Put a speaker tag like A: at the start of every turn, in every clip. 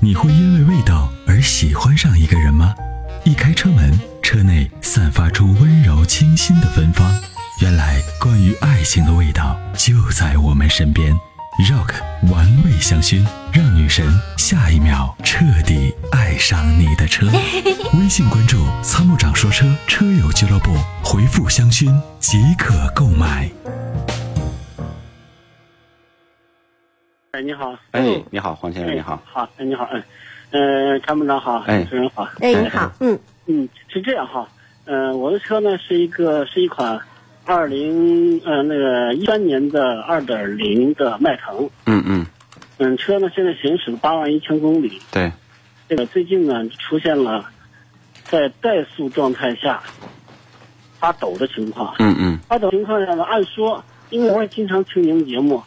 A: 你会因为味道而喜欢上一个人吗？一开车门，车内散发出温柔清新的芬芳。原来，关于爱情的味道就在我们身边。Rock 玩味香薰，让女神下一秒彻底爱上你的车。微信关注“参谋长说车”车友俱乐部，回复“香薰”即可购买。
B: 哎，你好，
C: 哎，你好，黄先生，你好。
B: 好，哎，你好，嗯，呃，参谋长好，
C: 哎
B: 主持人好，
D: 哎，你好，嗯，
B: 嗯，是这样哈，嗯，我的车呢是一个是一款二零呃那个一三年的二点零的迈腾，
C: 嗯嗯，
B: 嗯，车呢现在行驶八万一千公里，
C: 对，
B: 这个最近呢出现了在怠速状态下发抖的情况，
C: 嗯嗯
B: 发抖情况下呢，按说因为我也经常听您的节目，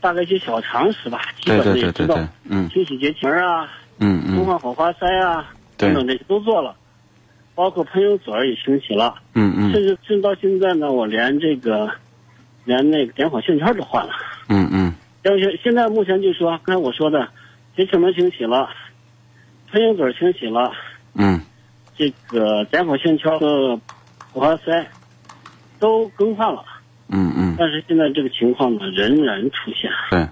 B: 大概一些小常识吧，基
C: 对
B: 本
C: 对
B: 的
C: 对
B: 也知
C: 对
B: 道
C: 对，嗯
B: 清洗节气门啊。
C: 嗯
B: 更
C: 嗯
B: 换火花塞啊
C: 对
B: 等等这些都做了，包括喷油嘴儿也清洗了，
C: 嗯
B: 甚
C: 嗯
B: 至甚至到现在呢，我连这个连那个点火线圈儿都换了。
C: 嗯嗯，
B: 但是现在目前就说，刚才我说的，节气门清洗了，喷油嘴儿清洗了，
C: 嗯
B: 这个点火线圈儿和火花塞都更换了，
C: 嗯嗯，
B: 但是现在这个情况呢仍然出现，
C: 对，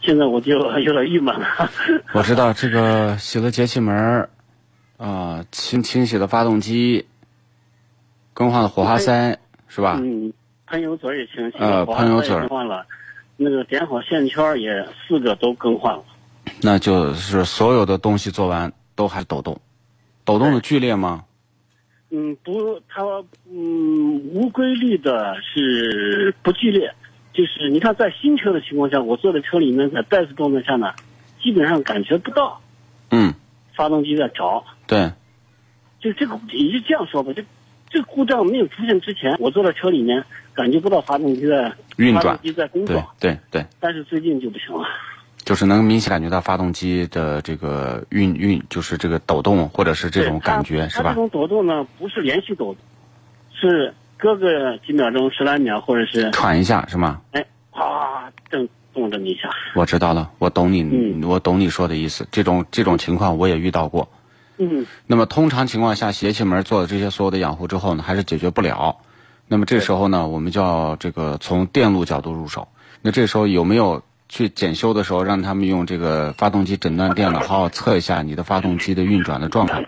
B: 现在我就 有点郁闷了。
C: 我知道这个洗了节气门儿，啊，清清洗了发动机，更换了火花塞，是吧？
B: 嗯，喷油嘴儿也清洗
C: 啊呃
B: 了，火花
C: 喷油
B: 塞
C: 嘴儿
B: 也更换了，那个点火线圈儿也四个都更换了。
C: 那就是所有的东西做完都还抖动，抖动的剧烈吗？
B: 嗯，不，它嗯无规律的是不剧烈，就是你看在新车的情况下，我坐在车里面在怠速状态下呢，基本上感觉不到
C: 嗯，
B: 发动机在着，
C: 对，
B: 就这个也就这样说吧，就这个故障没有出现之前，我坐在车里面感觉不到发动机在
C: 运
B: 发
C: 转
B: 动，机在工
C: 对
B: 作，
C: 对对，
B: 但是最近就不行了。
C: 就是能明显感觉到发动机的这个运运，就是这个抖动或者是这
B: 对
C: 种
B: 它
C: 感觉，是
B: 它
C: 吧
B: 这？种抖动呢，不是连续抖动，是隔个几秒钟、十来秒，或者是
C: 喘一下是吗？
B: 哎啊，震动这么一下。
C: 我知道了，我懂你，
B: 嗯
C: 我懂你说的意思。这种这种情况我也遇到过。
B: 嗯，
C: 那么通常情况下，节气门做了这些所有的养护之后呢，还是解决不了。那么这时候呢，我们就要这个从电路角度入手。那这时候有没有去检修的时候，让他们用这个发动机诊断电脑好好测一下你的发动机的运转的状况？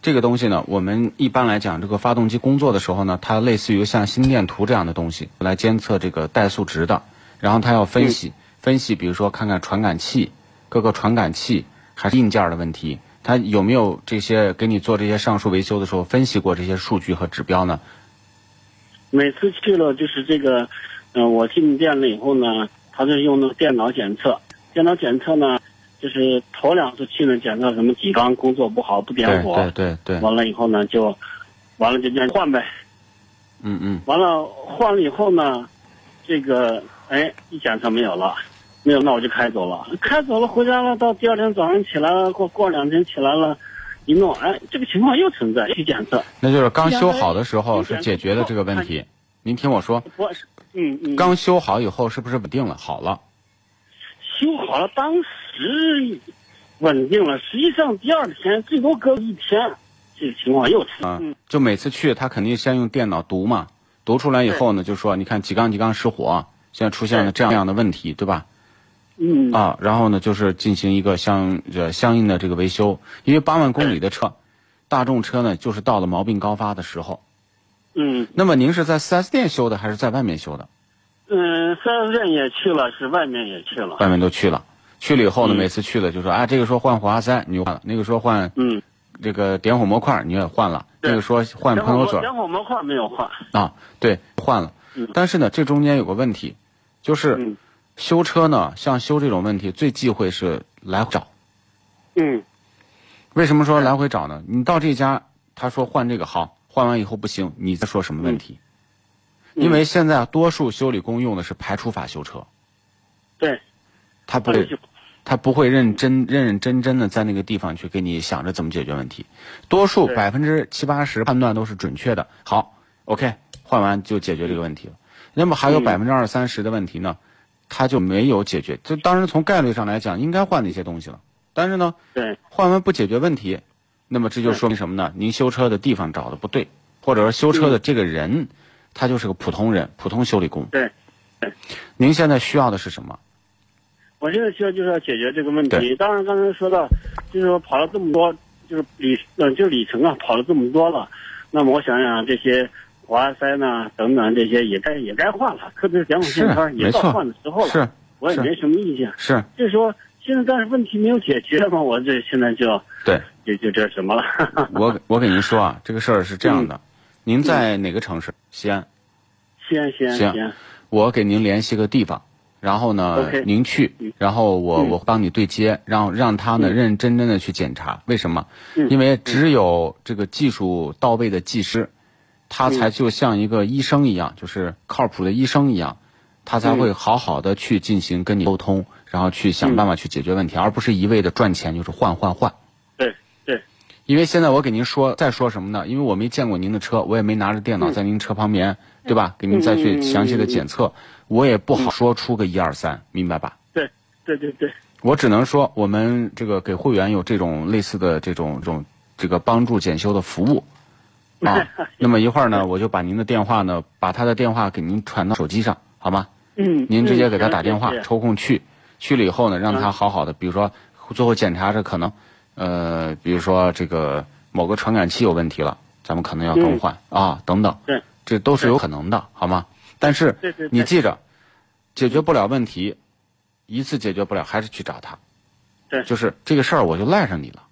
C: 这个东西呢，我们一般来讲，这个发动机工作的时候呢，它类似于像心电图这样的东西来监测这个怠速值的，然后它要分析、分析，比如说看看传感器各个传感器还是硬件的问题，它有没有这些给你做这些上述维修的时候分析过这些数据和指标呢？
B: 每次去了就是这个，嗯、我进店了以后呢，他就用那个电脑检测，电脑检测呢，就是头两次去呢检测什么几缸工作不好不点
C: 对
B: 火
C: 对，对对，
B: 完了以后呢就，完了就这样换呗，
C: 嗯嗯
B: 完了换了以后呢，这个哎一检测没有了，没有那我就开走了，开走了回家了，到第二天早上起来了，过过两天起来了，一弄哎这个情况又存在，去检测，
C: 那就是刚修好的时
B: 原
C: 候
B: 来
C: 是解决的这个问题。您听我说，
B: 我嗯嗯，
C: 刚修好以后是不是稳定了？好了，
B: 修好了，当时稳定了，实际上第二天最多隔一天，这个情况又出现
C: 啊
B: 嗯，
C: 就每次去他肯定先用电脑读嘛，读出来以后呢，就说你看几缸几缸失火，啊现在出现了这样这样的问题，对吧？
B: 嗯，
C: 啊，然后呢，就是进行一个相呃相应的这个维修，因为八万公里的车，大众车呢，就是到了毛病高发的时候。
B: 嗯
C: 那么您是在 4S 店修的，还是在外面修的？
B: 嗯，三四店也去了，是外面也去了，
C: 外面都去了，去了以后呢，
B: 嗯
C: 每次去了就说啊，这个说换火花塞你就换了，那个说换
B: 嗯，
C: 这个点火模块你也换了，
B: 对
C: 那个说换
B: 然
C: 喷
B: 后
C: 油嘴儿
B: 然后模块没有换，
C: 啊，对，换了
B: 嗯。
C: 但是呢，这中间有个问题，就是
B: 嗯
C: 修车呢，像修这种问题最忌讳是来回找。
B: 嗯
C: 为什么说来回找呢？你到这家，他说换这个好，换完以后不行，你再说什么问题？
B: 嗯
C: 因为现在多数修理工用的是排除法修车，
B: 对，
C: 他不
B: 他就
C: 会，他不会认真认认真真的在那个地方去给你想着怎么解决问题。多数
B: 对
C: 百分之七八十判断都是准确的。好，OK，换完就解决这个问题了。那么还有
B: 嗯
C: 百分之二三十的问题呢，他就没有解决。这当然从概率上来讲，应该换的一些东西了。但是呢，
B: 对，
C: 换完不解决问题，那么这就说明什么呢？您修车的地方找的不对，或者说修车的这个人，他就是个普通人，普通修理工。
B: 对，
C: 您现在需要的是什么？
B: 我现在需要就是要解决这个问题。
C: 对
B: 当然，刚才说到，就是说跑了这么多，就是里嗯、就里程啊，跑了这么多了。那么我想想这些华塞呢等等这些也该也该换了，特别是两款线圈也
C: 没
B: 到
C: 错
B: 换的时候了，
C: 是
B: 我也
C: 是
B: 没什么意见。
C: 是，
B: 就是说现在但是问题没有解决嘛，我这现在就
C: 对
B: 就就这什么了。
C: 我我给您说啊，这个事儿是这
B: 嗯
C: 样的，您在哪个城市？西安。
B: 西安西安西
C: 行
B: 安，
C: 我给您联系个地方，然后呢
B: OK
C: 您去
B: 嗯，
C: 然后我、
B: 嗯
C: 我帮你对接，让让他呢
B: 嗯
C: 认认真真的去检查。为什么？
B: 嗯
C: 因为只有这个技术到位的技师，他
B: 嗯
C: 才就像一个医生一样，就是靠谱的医生一样，他
B: 嗯
C: 才会好好的去进行跟你沟通，然后去想办法去解决问题，而不是一味的赚钱就是换换换。
B: 对对，
C: 因为现在我给您说，再说什么呢？因为我没见过您的车，我也没拿着电脑在您车旁边，对吧？给您再去详细的检测，我也不好说出个一二三，明白吧？
B: 对对对对，
C: 我只能说，我们这个给会员有这种类似的这种这种这个帮助检修的服务啊。那么一会儿呢，我就把您的电话呢，把他的电话给您传到手机上，好吗？
B: 嗯，
C: 您直接给他
B: 嗯
C: 打电话，
B: 行谢谢
C: 抽空去，去了以后呢，让
B: 嗯
C: 他好好的，比如说最后检查着可能，呃，比如说这个某个传感器有问题了，咱们可能要
B: 嗯
C: 更换、啊，等等，
B: 对，
C: 这都是有可能的，好吗？但是
B: 对对对
C: 你记着，解决不了问题，一次解决不了，还是去找他。
B: 对
C: 就是这个事儿我就赖上你了。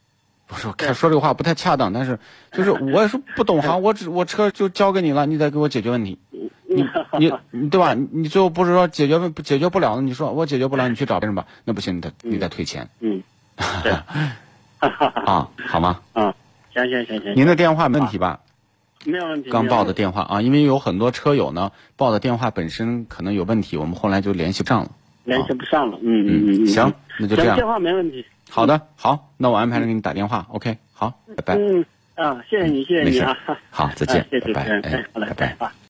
C: 我说
B: 对
C: 说这个话不太恰当，但是 就是我也是不懂行，我只我车就交给你了，你得给我解决问题。 你你你对吧？你你最后不是说解决问解决不了，你说我解决不了，你去找别人吧，那不行，你得你得 退钱
B: 嗯，
C: 啊，好吗？
B: 啊，行行行行，
C: 您的电话没问题吧？
B: 没有问题。
C: 刚报
B: 没有问
C: 的
B: 题
C: 电话啊，因为有很多车友呢报的电话本身可能有问题，我们后来就联系不上了。
B: 联系不上了，嗯嗯嗯，
C: 行，那就这
B: 行，
C: 样
B: 电。话没问题。
C: 好的，好，那我安排人给你打电话。OK，好，拜拜，
B: 嗯啊，谢谢你，谢谢
C: 没
B: 你
C: 事
B: 啊，
C: 好，再见
B: 啊，谢谢主
C: 拜
B: 持人，
C: 拜，哎
B: 哎，，好嘞
C: 拜，拜。
B: 啊。